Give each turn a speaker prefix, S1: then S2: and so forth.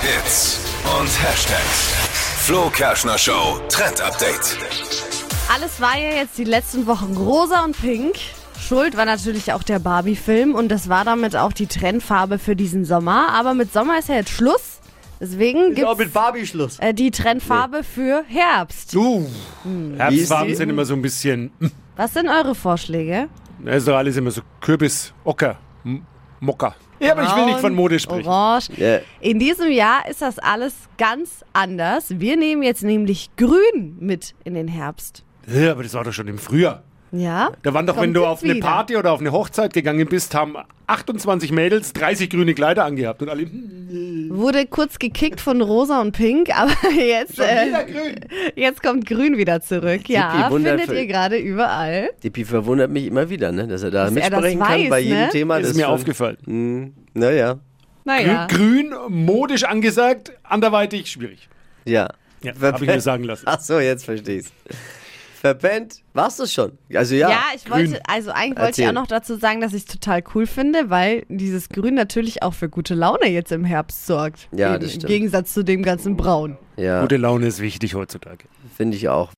S1: Hits und Hashtags. Flo Kerschner Show Trend Update.
S2: Alles war ja jetzt die letzten Wochen rosa und pink. Schuld war natürlich auch der Barbie-Film und das war damit auch die Trendfarbe für diesen Sommer. Aber mit Sommer ist ja jetzt Schluss. Deswegen
S3: Ist auch
S2: gibt's
S3: mit Barbie Schluss.
S2: äh, die Trendfarbe für Herbst.
S4: Uh,
S3: Wie
S2: Hm.
S4: Herbstfarben
S3: ist die?
S4: sind immer so ein bisschen,
S2: Was sind eure Vorschläge?
S4: es ist doch alles immer so Kürbis, Ocker, M Mocker. Ja, aber ich will nicht von Mode sprechen.
S2: Orange.
S3: Ja.
S2: In diesem Jahr ist das alles ganz anders. Wir nehmen jetzt nämlich Grün mit in den Herbst.
S4: Ja, aber das war doch schon im Frühjahr.
S2: Ja?
S4: Da waren doch, wenn
S2: Kommt
S4: du
S2: jetzt
S4: auf eine
S2: wieder.
S4: Party oder auf eine Hochzeit gegangen bist, haben 28 Mädels 30 grüne Kleider angehabt und alle. "Hm,
S2: Wurde kurz gekickt von Rosa und Pink, aber jetzt, äh, jetzt kommt Grün wieder zurück. Ja,
S3: wundert
S2: findet
S3: für-
S2: ihr gerade überall.
S3: Dippy verwundert mich immer wieder, ne? dass er da
S2: er das
S3: mitsprechen kann
S2: weiß,
S3: bei jedem
S2: ne?
S3: Thema.
S4: Das
S3: das
S4: ist mir
S3: schon-
S4: aufgefallen.
S3: Naja,
S2: Naja.
S4: Grün, modisch angesagt, anderweitig schwierig.
S3: ja.
S4: Ja,
S3: Verpennt.
S4: hab ich mir sagen lassen.
S3: Ach so, jetzt verstehe ich's. Verpennt, warst du schon? Also ja.
S2: Ja, ich wollte, also eigentlich wollte ich auch
S3: Erzähl.
S2: noch dazu sagen, dass ich es total cool finde, weil dieses Grün natürlich auch für gute Laune jetzt im Herbst sorgt.
S3: Ja,
S2: Im-
S3: das stimmt.
S2: Im Gegensatz zu dem ganzen Braun.
S3: ja
S4: Gute Laune ist wichtig heutzutage.
S3: finde ich auch.